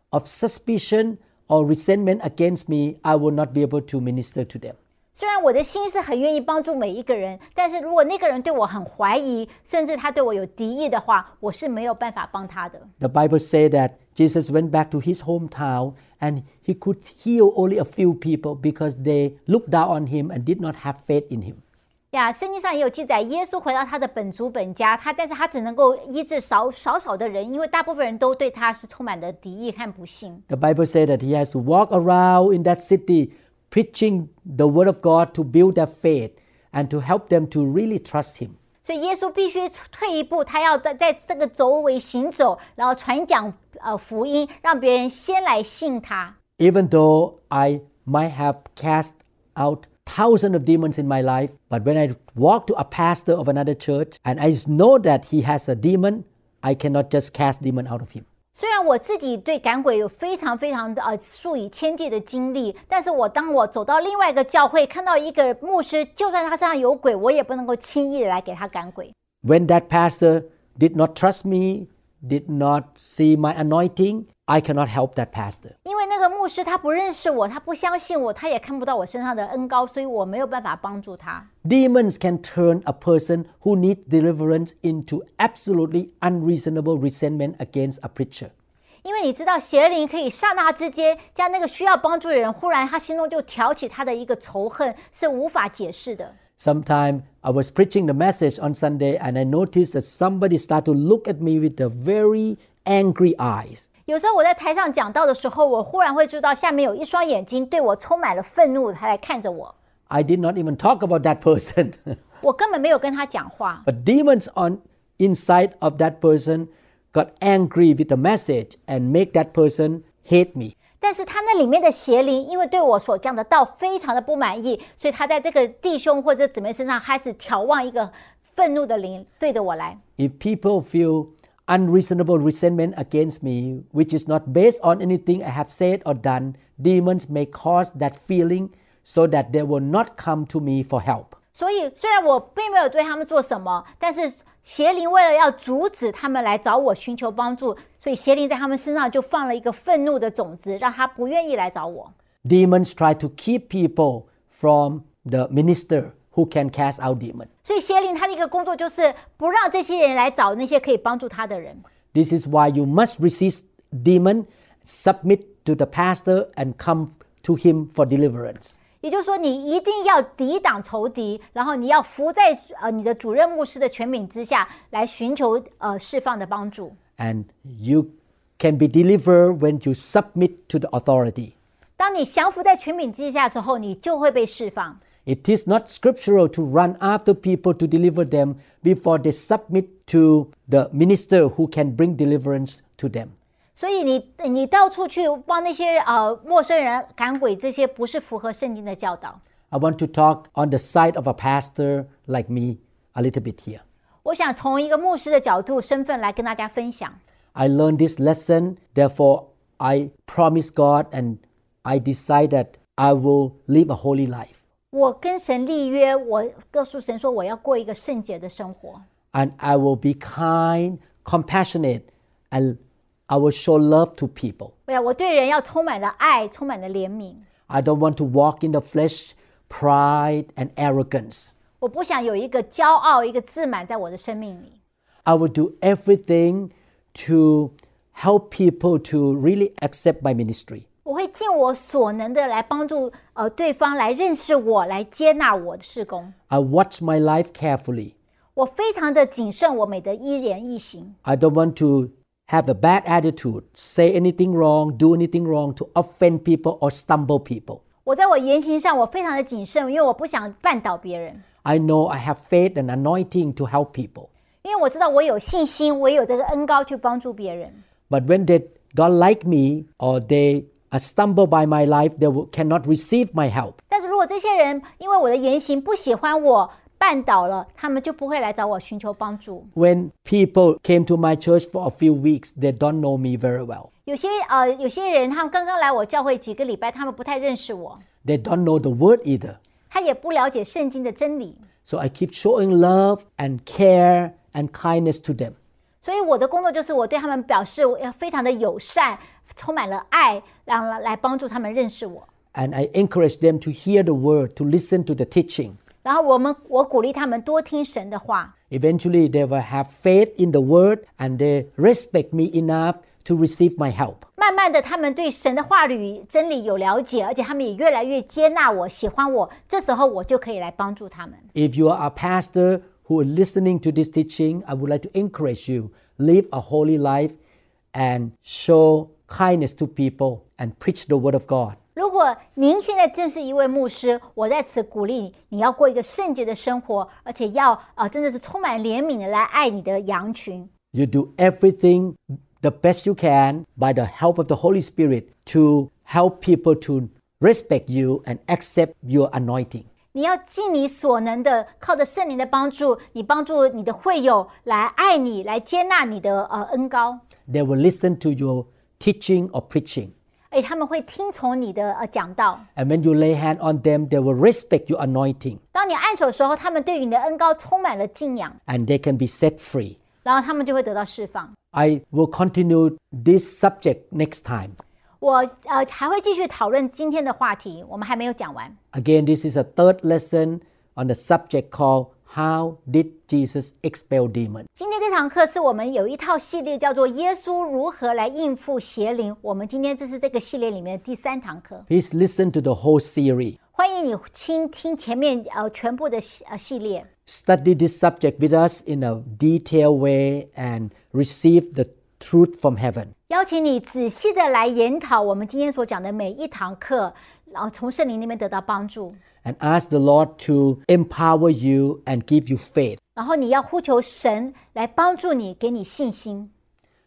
B: of suspicion or resentment against me, I will not be able to minister to them.
C: 虽然我的心是很愿意帮助每一个人，但是如果那个人对我很怀疑，甚至他对我有敌意的话，我是没有办法帮他的。
B: The Bible says that Jesus went back to his hometown and he could heal only a few people because they looked down on him and did not have faith in him.
C: 呀，圣经上也有记载，耶稣回到他的本族本家，他但是他只能够医治少少少的人，因为大部分人都对他是充满了敌意和不信。
B: The Bible says that he has to walk around in that city preaching the word of God to build their faith and to help them to really trust him.
C: 所以耶稣必须退一步，他要在在这个周围行走，然后传讲呃福音，让别人先来信他。
B: Even though I might have cast out thousands of demons in my life. But when I walk to a pastor of another church and I know that he has a demon, I cannot just cast demon out of him.
C: 虽然我自己对赶鬼有非常非常的呃数以千计的经历，但是我当我走到另外一个教会，看到一个牧师，就算他身上有鬼，我也不能够轻易的来给他赶鬼。
B: When that pastor did not trust me, did not see my anointing, I cannot help that pastor.
C: 因为那个牧师他不认识我，他不相信我，他也看不到我身上的恩高，所以我没有办法帮助他。
B: Demons can turn a person who needs deliverance into absolutely unreasonable resentment against a preacher.
C: 因为你知道，邪灵可以刹那之间将那个需要帮助的人，忽然他心中就挑起他的一个仇恨，是无法解释的。
B: Sometime I was preaching the message on Sunday and I noticed that somebody started to look at me with the very angry eyes.
C: 有时候我在台上讲到的时候，我忽然会知道下面有一双眼睛对我充满了愤怒，他来看着我。
B: I did not even talk about that person.
C: 我根本没有跟他讲话，
B: but demons on inside of that person got angry with the message and make that person hate me.
C: 但是他那里面的邪灵，因为对我所讲的道非常的不满意，所以他在这个弟兄或者姊妹身上开始眺望一个愤怒的灵对着我来。
B: If people feel unreasonable resentment against me, which is not based on anything I have said or done, demons may cause that feeling so that they will not come to me for help.
C: 所以虽然我并没有对他们做什么，但是邪灵为了要阻止他们来找我寻求帮助，所以邪灵在他们身上就放了一个愤怒的种子，让他不愿意来找我。
B: Demons try to keep people from the minister who can cast out demons.
C: 所以邪灵他的一个工作就是不让这些人来找那些可以帮助他的人。
B: This is why you must resist demon, submit to the pastor, and come to him for deliverance.
C: 也就是说，你一定要抵挡仇敌，然后你要服在呃你的主任牧师的权柄之下，来寻求呃释放的帮助。
B: And you can be delivered when you submit to the authority.
C: 当你降服在权柄之下的时候，你就会被释放。
B: It is not scriptural to run after people to deliver them before they submit to the minister who can bring deliverance to them.
C: 所以你你到处去帮那些呃陌生人赶鬼，这些不是符合圣经的教导。
B: I want to talk on the side of a pastor like me a little bit here.
C: 我想从一个牧师的角度身份来跟大家分享。
B: I learned this lesson, therefore, I promise God and I decide that I will live a holy life.
C: 我跟神立约，我告诉神说我要过一个圣洁的生活，
B: And I will be kind, compassionate, and I will show love to people.
C: 对呀，我对人要充满了爱，充满了怜悯。
B: I don't want to walk in the flesh, pride, and arrogance.
C: 我不想有一个骄傲、一个自满在我的生命里。
B: I will do everything to help people to really accept my ministry.
C: 我会尽我所能的来帮助呃对方来认识我，来接纳我的事工。
B: I watch my life carefully.
C: 我非常的谨慎，我每的一言一行。
B: I don't want to have a bad attitude, say anything wrong, do anything wrong to offend people or stumble people.
C: 我在我言行上我非常的谨慎，因为我不想绊倒别人，
B: I know I have faith and anointing to help people.
C: 因为我知道我有信心，我有这个恩高去帮助别人。
B: But when they don't like me or they are stumbled by my life, they will, cannot receive my help.
C: 但是如果这些人因为我的言行不喜欢我，绊倒了，他们就不会来找我寻求帮助。
B: When people came to my church for a few weeks, they don't know me very well.
C: 有些呃，有些人他们刚刚来我教会几个礼拜，他们不太认识我，
B: They don't know the word either.
C: 他也不了解圣经的真理，
B: So I keep showing love and care and kindness to them.
C: 所以我的工作就是我对他们表示我要非常的友善，充满了爱，让来帮助他们认识我。
B: And I encourage them to hear the word, to listen to the teaching.
C: 然后我们我鼓励他们多听神的话，
B: Eventually, they will have faith in the word and they respect me enough to receive my help.
C: 慢慢的他们对神的话语真理有了解，而且他们也越来越接纳我，喜欢我。这时候我就可以来帮助他们。
B: If you are a pastor who is listening to this teaching, I would like to encourage you live a holy life and show kindness to people and preach the word of God.
C: 如果您现在正是一位牧师，我在此鼓励你，你要过一个圣洁的生活，而且要啊、呃真的是充满怜悯的来爱你的羊群。
B: You do everything the best you can by the help of the Holy Spirit to help people to respect you and accept your anointing.
C: 你要尽你所能的，靠着圣灵的帮助，你帮助你的会友来爱你，来接纳你的呃恩高，
B: They will listen to your teaching or preaching.
C: 哎，他们会听从你的呃讲道。
B: And when you lay hand on them, they will respect your anointing
C: 当你按手的时候，他们对于你的恩高充满了敬仰，
B: and they can be set free.
C: 然后他们就会得到释放。
B: I will continue this subject next time.
C: 我呃还会继续讨论今天的话题，我们还没有讲完。
B: Again, this is a third lesson on the subject called How Did Jesus Expel Demons?
C: 今天这堂课是我们有一套系列叫做《耶稣如何来应付邪灵》，我们今天这是这个系列里面的第三堂课。
B: Please listen to the whole series.
C: 欢迎你倾听前面呃全部的系呃系列，
B: Study this subject with us in a detailed way and receive the truth from heaven.
C: 邀请你仔细的来研讨我们今天所讲的每一堂课，然后从圣灵那边得到帮助。
B: and ask the Lord to empower you and give you faith.
C: 然后你要呼求神来帮助你，给你信心，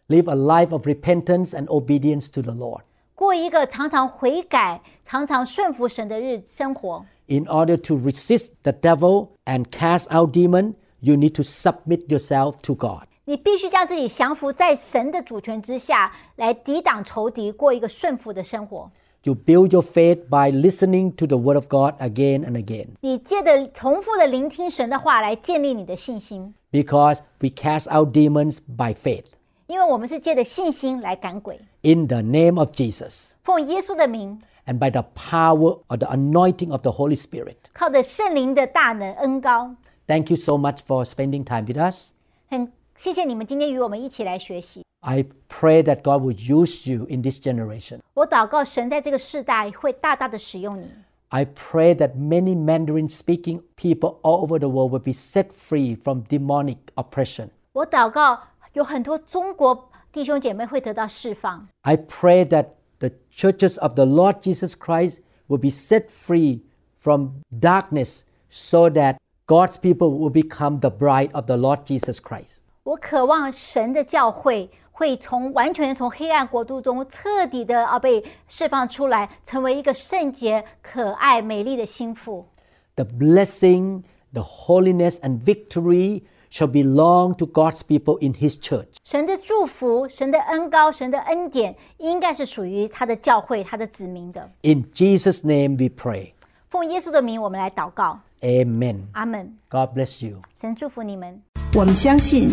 B: Live a life of repentance and obedience to the Lord
C: 过一个常常悔改、常常顺服神的日生活。
B: in order to resist the devil and cast out demon. You need to submit yourself to God.
C: 你必须将自己降服在神的主权之下，来抵挡仇敌，过一个顺服的生活。
B: You build your faith by listening to the Word of God again and again
C: 你借着重复的聆听神的话来建立你的信心，
B: because we cast out demons by faith.
C: 因为我们是借着信心来赶鬼。
B: In the name of Jesus
C: 奉耶稣的名，
B: and by the power or the anointing of the Holy Spirit.
C: 靠着圣灵的大能恩高，
B: Thank you so much for spending time with us.
C: 很谢谢你们今天与我们一起来学习。
B: I pray that God will use you in this generation.
C: 我祷告神在这个世代会大大的使用你。
B: I pray that many Mandarin speaking people all over the world will be set free from demonic oppression.
C: 我祷告有很多中国弟兄姐妹会得到释放。
B: I pray that the churches of the Lord Jesus Christ will be set free from darkness so that God's people will become the bride of the Lord Jesus Christ.
C: 我渴望神的教会会从完全从黑暗国度中彻底的啊被释放出来，成为一个圣洁、可爱、美丽的心腹。
B: The blessing, the holiness, and victory shall belong to God's people in His church.
C: 神的祝福、神的恩高、神的恩典，应该是属于他的教会、他的子民的。
B: In Jesus' name we pray.
C: 奉耶稣的名，我们来祷告，
B: Amen.
C: 阿门。
B: God bless you.
C: 神祝福你们。
A: 我们相信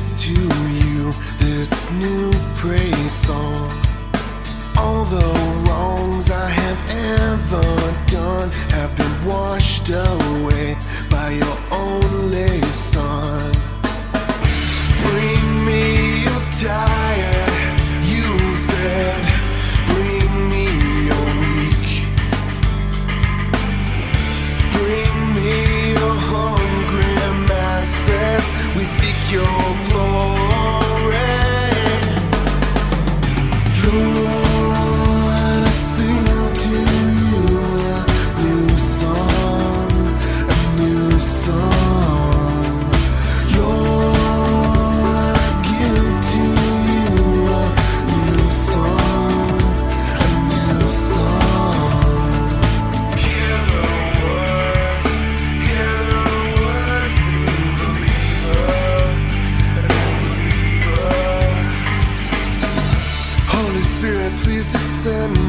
D: to you this new praise song. All the wrongs I have ever done have been washed away by your only son. Bring me your tired, you said. Bring me your weak. Bring me your hungry masses. We seek your glory. Lord, I sing to you a new song, a new song. Lord, I give to you a new song, a new song. Hear the words, hear the words of a new believer, a new believer. Holy Spirit, please descend